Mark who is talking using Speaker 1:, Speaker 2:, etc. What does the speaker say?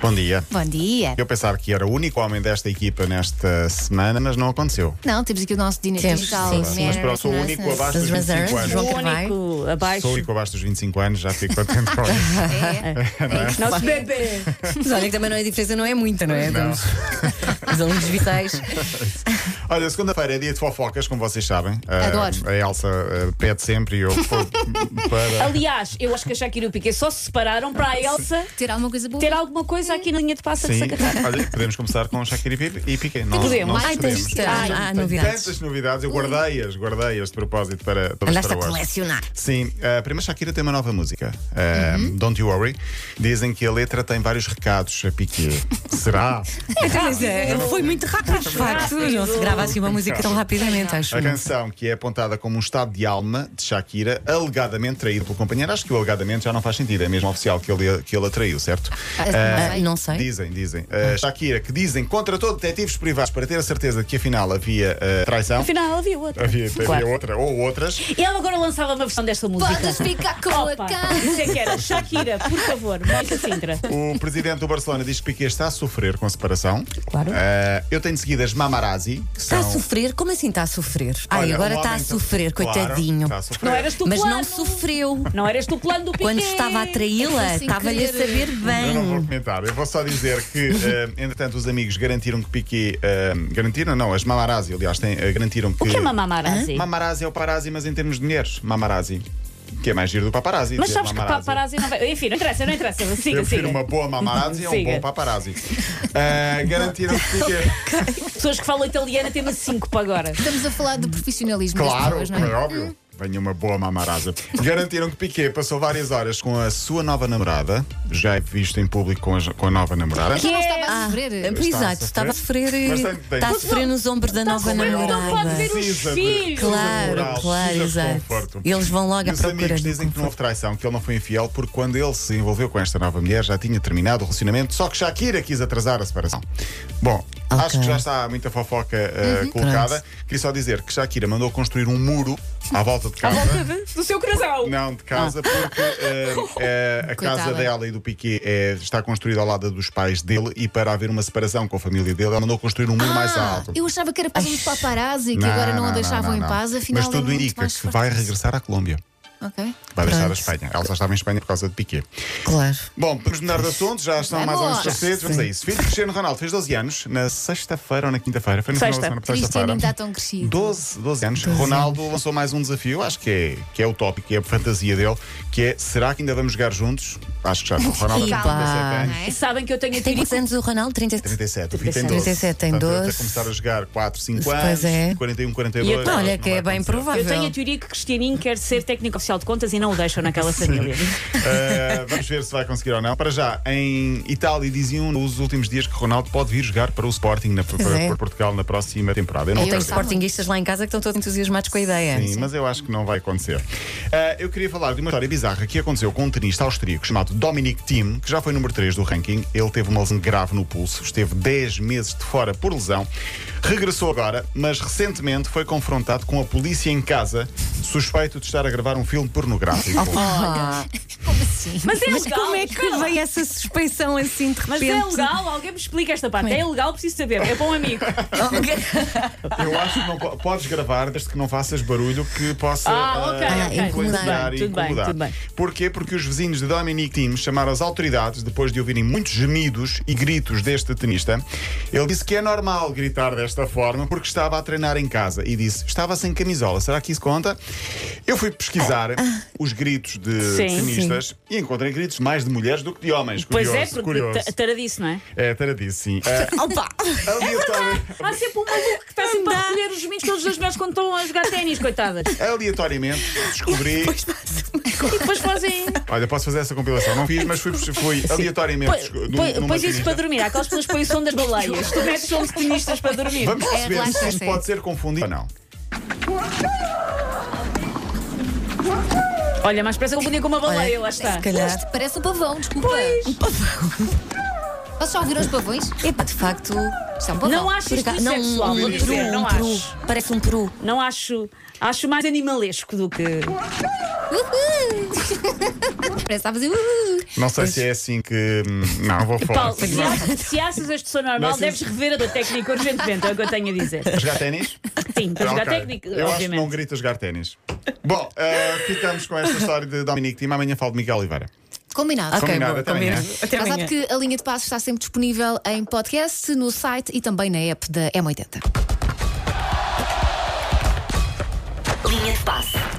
Speaker 1: Bom dia.
Speaker 2: Bom dia.
Speaker 1: Eu pensava que era o único homem desta equipa nesta semana, mas não aconteceu.
Speaker 2: Não, temos aqui o nosso Dinas
Speaker 3: Temos,
Speaker 2: Digital.
Speaker 3: sim,
Speaker 2: Manners,
Speaker 3: sim.
Speaker 1: Mas pronto, sou o
Speaker 2: Nurse,
Speaker 1: único
Speaker 2: Nurse.
Speaker 1: abaixo dos
Speaker 3: Mas
Speaker 1: 25
Speaker 3: antes,
Speaker 1: anos.
Speaker 3: João Carvalho.
Speaker 4: único abaixo.
Speaker 1: Sou o único abaixo dos 25 anos, já fico contente com isso.
Speaker 4: Nosso bebê.
Speaker 3: Mas olha que também não é a diferença, não é muita, não é?
Speaker 1: Não.
Speaker 3: Os alunos vitais.
Speaker 1: Olha, segunda-feira é dia de fofocas, como vocês sabem. Ah,
Speaker 2: Adoro.
Speaker 1: a Elsa ah, pede sempre e eu vou para.
Speaker 4: Aliás, eu acho que a Shakira e o Piquet só se separaram para a Elsa
Speaker 2: Ter alguma coisa boa.
Speaker 4: ter alguma coisa aqui na linha de passa de
Speaker 1: Sim,
Speaker 4: sacatar.
Speaker 1: olha, podemos começar com Shakira e Pi- e Piqué. Nós-
Speaker 4: Podemos.
Speaker 1: nós
Speaker 3: Ai, tens
Speaker 1: podemos.
Speaker 3: tens-
Speaker 4: Ai,
Speaker 3: ah,
Speaker 1: Tenho
Speaker 3: novidades.
Speaker 1: Tantas novidades, eu guardei-as, guardei-as de propósito para, para,
Speaker 3: Andaste
Speaker 1: para
Speaker 3: a
Speaker 1: hoje.
Speaker 3: colecionar.
Speaker 1: Sim, a prima Shakira tem uma nova música, ah,
Speaker 3: Uhum.
Speaker 1: Don't You Worry. Dizem que a letra tem vários recados a Piqué. Será?
Speaker 3: Pois é, foi muito rápido, de facto. Não se grava assim uma música tão rapidamente, acho.
Speaker 1: A canção, que é apontada como um estado de alma de Shakira, alegadamente traído pelo companheiro. Acho que o alegadamente já não faz sentido, é mesmo oficial que ele, que ele a traiu, certo?
Speaker 2: Ah,
Speaker 3: Ah, não sei.
Speaker 1: Dizem, dizem. Uh, Shakira, que dizem contra todo detetives privados para ter a certeza de que afinal havia uh, traição.
Speaker 4: Afinal, havia outra.
Speaker 1: Havia, havia
Speaker 4: Claro.
Speaker 1: outra ou outras.
Speaker 4: Ele agora lançava uma versão desta música.
Speaker 2: Podes ficar com a
Speaker 4: Opa,
Speaker 2: cara.
Speaker 4: isso é que era. Shakira, por favor, Mónica Sintra.
Speaker 1: O presidente do Barcelona diz que Piquet está a sofrer com a separação.
Speaker 3: Claro.
Speaker 1: Uh, eu tenho seguido as Mamarazzi, que
Speaker 3: Está a
Speaker 1: são.
Speaker 3: sofrer? Como assim está a sofrer? Ai,
Speaker 1: Olha,
Speaker 3: agora
Speaker 1: um
Speaker 3: está a
Speaker 1: homem-
Speaker 3: sofrer,
Speaker 1: Claro,
Speaker 3: coitadinho.
Speaker 1: está a sofrer.
Speaker 4: Não eras tu o
Speaker 3: Mas
Speaker 4: plano.
Speaker 3: não sofreu.
Speaker 4: Não eras tu o plano do Piquet.
Speaker 3: Quando estava a traí-la,
Speaker 2: É que foi sem
Speaker 3: estava-lhe a
Speaker 2: querer.
Speaker 3: saber
Speaker 1: Eu não vou
Speaker 3: bem.
Speaker 1: comentar. Eu vou só dizer que, eh, entretanto, os amigos garantiram que Piquet. eh, garantiram, não, as Mamarazzi, aliás, têm, eh, garantiram que.
Speaker 4: O que é uma mamarazzi?
Speaker 1: Mamarazzi é o paparazzi, mas em termos de mulheres, Mamarazzi. Que é mais giro do paparazzi.
Speaker 4: Mas
Speaker 1: dizer
Speaker 4: sabes que
Speaker 1: mamarazzi.
Speaker 4: paparazzi não vai. Enfim, não interessa, não interessa. Siga,
Speaker 1: Eu prefiro
Speaker 4: siga.
Speaker 1: uma boa mamarazzi a um
Speaker 4: Siga.
Speaker 1: bom paparazzi. Eh, garantiram que Piquet.
Speaker 4: Pessoas que falam italiano temos cinco para agora.
Speaker 2: Estamos a falar de profissionalismo
Speaker 1: Claro,
Speaker 2: das pessoas,
Speaker 1: é
Speaker 2: não é?
Speaker 1: óbvio. Venha uma boa mamarazza. Garantiram que Piquet passou várias horas com a sua nova namorada, já é visto em público com a, com a nova namorada.
Speaker 2: Já não
Speaker 4: Que é-
Speaker 2: estava a sofrer.
Speaker 3: Pois, Ah, Exato, estava a sofrer.
Speaker 1: Mas tem- tem-
Speaker 3: Está a sofrer nos ombros da nova
Speaker 4: sofrer, não pode
Speaker 3: namorada.
Speaker 4: ver. os
Speaker 1: Precisa de-
Speaker 4: filhos.
Speaker 1: precisa de
Speaker 3: Claro,
Speaker 1: moral,
Speaker 3: claro,
Speaker 1: precisa de
Speaker 3: exato.
Speaker 1: conforto.
Speaker 3: Eles vão logo
Speaker 1: E
Speaker 3: à
Speaker 1: os
Speaker 3: procura
Speaker 1: amigos
Speaker 3: do
Speaker 1: dizem que
Speaker 3: conforto.
Speaker 1: não houve traição, que ele não foi infiel, porque quando ele se envolveu com esta nova mulher já tinha terminado o relacionamento, só que Shakira quis atrasar a separação. Bom,
Speaker 3: Ok. Uhum.
Speaker 1: acho que já está muita fofoca uh, colocada. Queria só dizer que Shakira mandou construir um muro à volta de
Speaker 4: À
Speaker 1: casa.
Speaker 4: volta de- Ah. do seu coração.
Speaker 1: Não, de casa, porque eh, eh, a
Speaker 2: Coitada.
Speaker 1: casa dela e do Piquet eh, está construída ao lado dos pais dele e para haver uma separação com a família dele, ela mandou construir um muro mais
Speaker 4: Ah.
Speaker 1: alto.
Speaker 2: Ah, Eu achava que era para uns paparazzi que agora não a deixavam
Speaker 1: não,
Speaker 2: em
Speaker 1: não.
Speaker 2: paz, afinal.
Speaker 1: Mas
Speaker 2: era
Speaker 1: tudo
Speaker 2: muito
Speaker 1: indica
Speaker 2: mais
Speaker 1: que
Speaker 2: forte.
Speaker 1: vai regressar à Colômbia.
Speaker 2: Ok.
Speaker 1: Vai deixar a
Speaker 3: Pronto.
Speaker 1: Espanha. Ela já estava em Espanha por causa de Piquet.
Speaker 3: Claro.
Speaker 1: Bom, podemos mudar de assunto, já estão mais ou menos
Speaker 2: Vamos.
Speaker 1: esclarecidos. Vamos a isso. Filho de Cristiano Ronaldo fez 12 anos na sexta-feira ou na quinta-feira. Foi no
Speaker 4: Sexta.
Speaker 1: final da semana,
Speaker 2: Cristiano
Speaker 1: sexta-feira.
Speaker 2: ainda está é tão crescido.
Speaker 1: 12, 12 anos. Ronaldo lançou mais um desafio, acho que é, que é utópico, que é a fantasia dele, que é será que ainda vamos jogar juntos? Acho que já não. Ronaldo tem
Speaker 3: Epá.
Speaker 1: 37 anos.
Speaker 2: Não
Speaker 4: E
Speaker 2: é?
Speaker 4: sabem que eu tenho a
Speaker 3: Tem
Speaker 4: teoria.
Speaker 3: quantos anos o Ronaldo? 37.
Speaker 1: 37, o filho tem 12.
Speaker 3: 37, tem
Speaker 1: Portanto, ele
Speaker 3: 12.
Speaker 1: Até começar a jogar 4, 5
Speaker 3: Pois
Speaker 1: anos,
Speaker 3: é.
Speaker 1: 41, 42.
Speaker 4: E então,
Speaker 1: acho
Speaker 3: Olha, que
Speaker 1: não
Speaker 3: é
Speaker 1: vai
Speaker 3: bem
Speaker 1: acontecer.
Speaker 4: Eu tenho a
Speaker 3: provável.
Speaker 4: teoria que Cristianinho quer ser técnico oficial de contas e não o deixam naquela família.
Speaker 1: Uh, vamos ver se vai conseguir ou não. Para já, em Itália diziam nos últimos dias que Ronaldo pode vir jogar para o Sporting na, para,
Speaker 3: é.
Speaker 1: para Portugal na próxima temporada. Eu não
Speaker 2: Eu
Speaker 1: acredito.
Speaker 3: Tem
Speaker 2: Sim.
Speaker 3: sportinguistas lá em casa que estão todos entusiasmados com a ideia.
Speaker 1: Sim, mas eu acho que não vai acontecer. Ah, eu queria falar de uma história bizarra que aconteceu com um tenista austríaco chamado Dominic Thiem, que já foi número 3 do ranking. Ele teve uma lesão grave no pulso, esteve 10 meses de fora por lesão, regressou agora, mas recentemente foi confrontado com a polícia em casa, suspeito de estar a gravar um filme pornográfico.
Speaker 3: Ah,
Speaker 2: Como assim?
Speaker 4: Mas é
Speaker 3: mas
Speaker 4: legal.
Speaker 3: como é que veio essa suspeição assim de repente?
Speaker 4: Mas é legal, alguém me explica esta parte. É legal, preciso saber. É bom amigo.
Speaker 1: Eu acho que não po- podes gravar desde que não faças barulho que possa
Speaker 4: Ah, ok,
Speaker 1: ah,
Speaker 3: ok.
Speaker 1: influenciar
Speaker 4: Tudo bem,
Speaker 1: e
Speaker 4: tudo bem,
Speaker 1: incomodar.
Speaker 4: tudo bem.
Speaker 1: Porquê? Porque os vizinhos de Dominic Thiem chamaram as autoridades depois de ouvirem muitos gemidos e gritos deste tenista. Ele disse que é normal gritar desta forma porque estava a treinar em casa e disse: estava sem camisola, será que isso conta? Eu fui pesquisar os gritos de
Speaker 4: Sim.
Speaker 1: tenistas e encontrei gritos mais de mulheres do que de homens.
Speaker 4: Pois
Speaker 1: curioso,
Speaker 4: é, porque
Speaker 1: curioso.
Speaker 4: ta- taradice, não é?
Speaker 1: É, taradice, sim. Ah,
Speaker 3: Opa!
Speaker 1: aleatório-
Speaker 4: Há sempre um maluco que está sempre a recolher os meninos todos as mulheres quando estão a jogar ténis, coitadas.
Speaker 1: Aleatoriamente descobri.
Speaker 4: E depois fazem.
Speaker 1: Olha, posso fazer essa compilação? Não fiz, mas fui, fui aleatoriamente.
Speaker 4: Põe-
Speaker 1: desco- num-
Speaker 4: põe-
Speaker 1: numa
Speaker 4: Pões isso
Speaker 1: tenista.
Speaker 4: para dormir. Há Aquelas pessoas que põem o som das baleias. Tu metes som de tenistas para dormir.
Speaker 1: Vamos perceber se
Speaker 2: relaxante,
Speaker 1: isto
Speaker 2: é.
Speaker 1: pode ser confundido ou não.
Speaker 4: Olha, mais parece confundir com uma baleia, lá está.
Speaker 3: Se calhar.
Speaker 2: Isto parece um pavão, desculpa. Um pavão. Vocês já ouviram os pavões?
Speaker 3: Epá, de facto.
Speaker 2: Isto é um
Speaker 4: Não
Speaker 2: pavão.
Speaker 4: acho
Speaker 3: por
Speaker 4: isto
Speaker 3: acaso- não,
Speaker 4: sexual,
Speaker 3: um,
Speaker 4: vou
Speaker 3: um peru,
Speaker 4: dizer. Não
Speaker 3: um peru.
Speaker 4: acho.
Speaker 3: Parece um peru.
Speaker 4: Não acho. Acho mais animalesco do que.
Speaker 2: Uhul. parece que está a fazer uhul.
Speaker 1: Não sei
Speaker 3: Pois.
Speaker 1: se é assim que. hum, Não, vou falar.
Speaker 4: Paulo, se, achas, se achas este pessoa normal,
Speaker 1: Mas-
Speaker 4: deves rever a da técnica urgentemente, é o que eu tenho a dizer.
Speaker 1: Jogar ténis?
Speaker 4: Sim, para jogar
Speaker 1: Ok.
Speaker 4: técnica,
Speaker 1: Eu acho que não
Speaker 4: obviamente.
Speaker 1: grita jogar ténis. Bom, eh, ficamos com esta história de Dominique Tim. Amanhã falo de Miguel Oliveira.
Speaker 2: Combinado.
Speaker 3: Ok,
Speaker 1: Combinado,
Speaker 3: boa,
Speaker 1: até
Speaker 3: combinado.
Speaker 1: amanhã.
Speaker 3: Até
Speaker 2: Já sabe
Speaker 3: amanhã.
Speaker 2: que a linha de passos está sempre disponível em podcast, no site e também na app da M80.
Speaker 5: Linha de passe.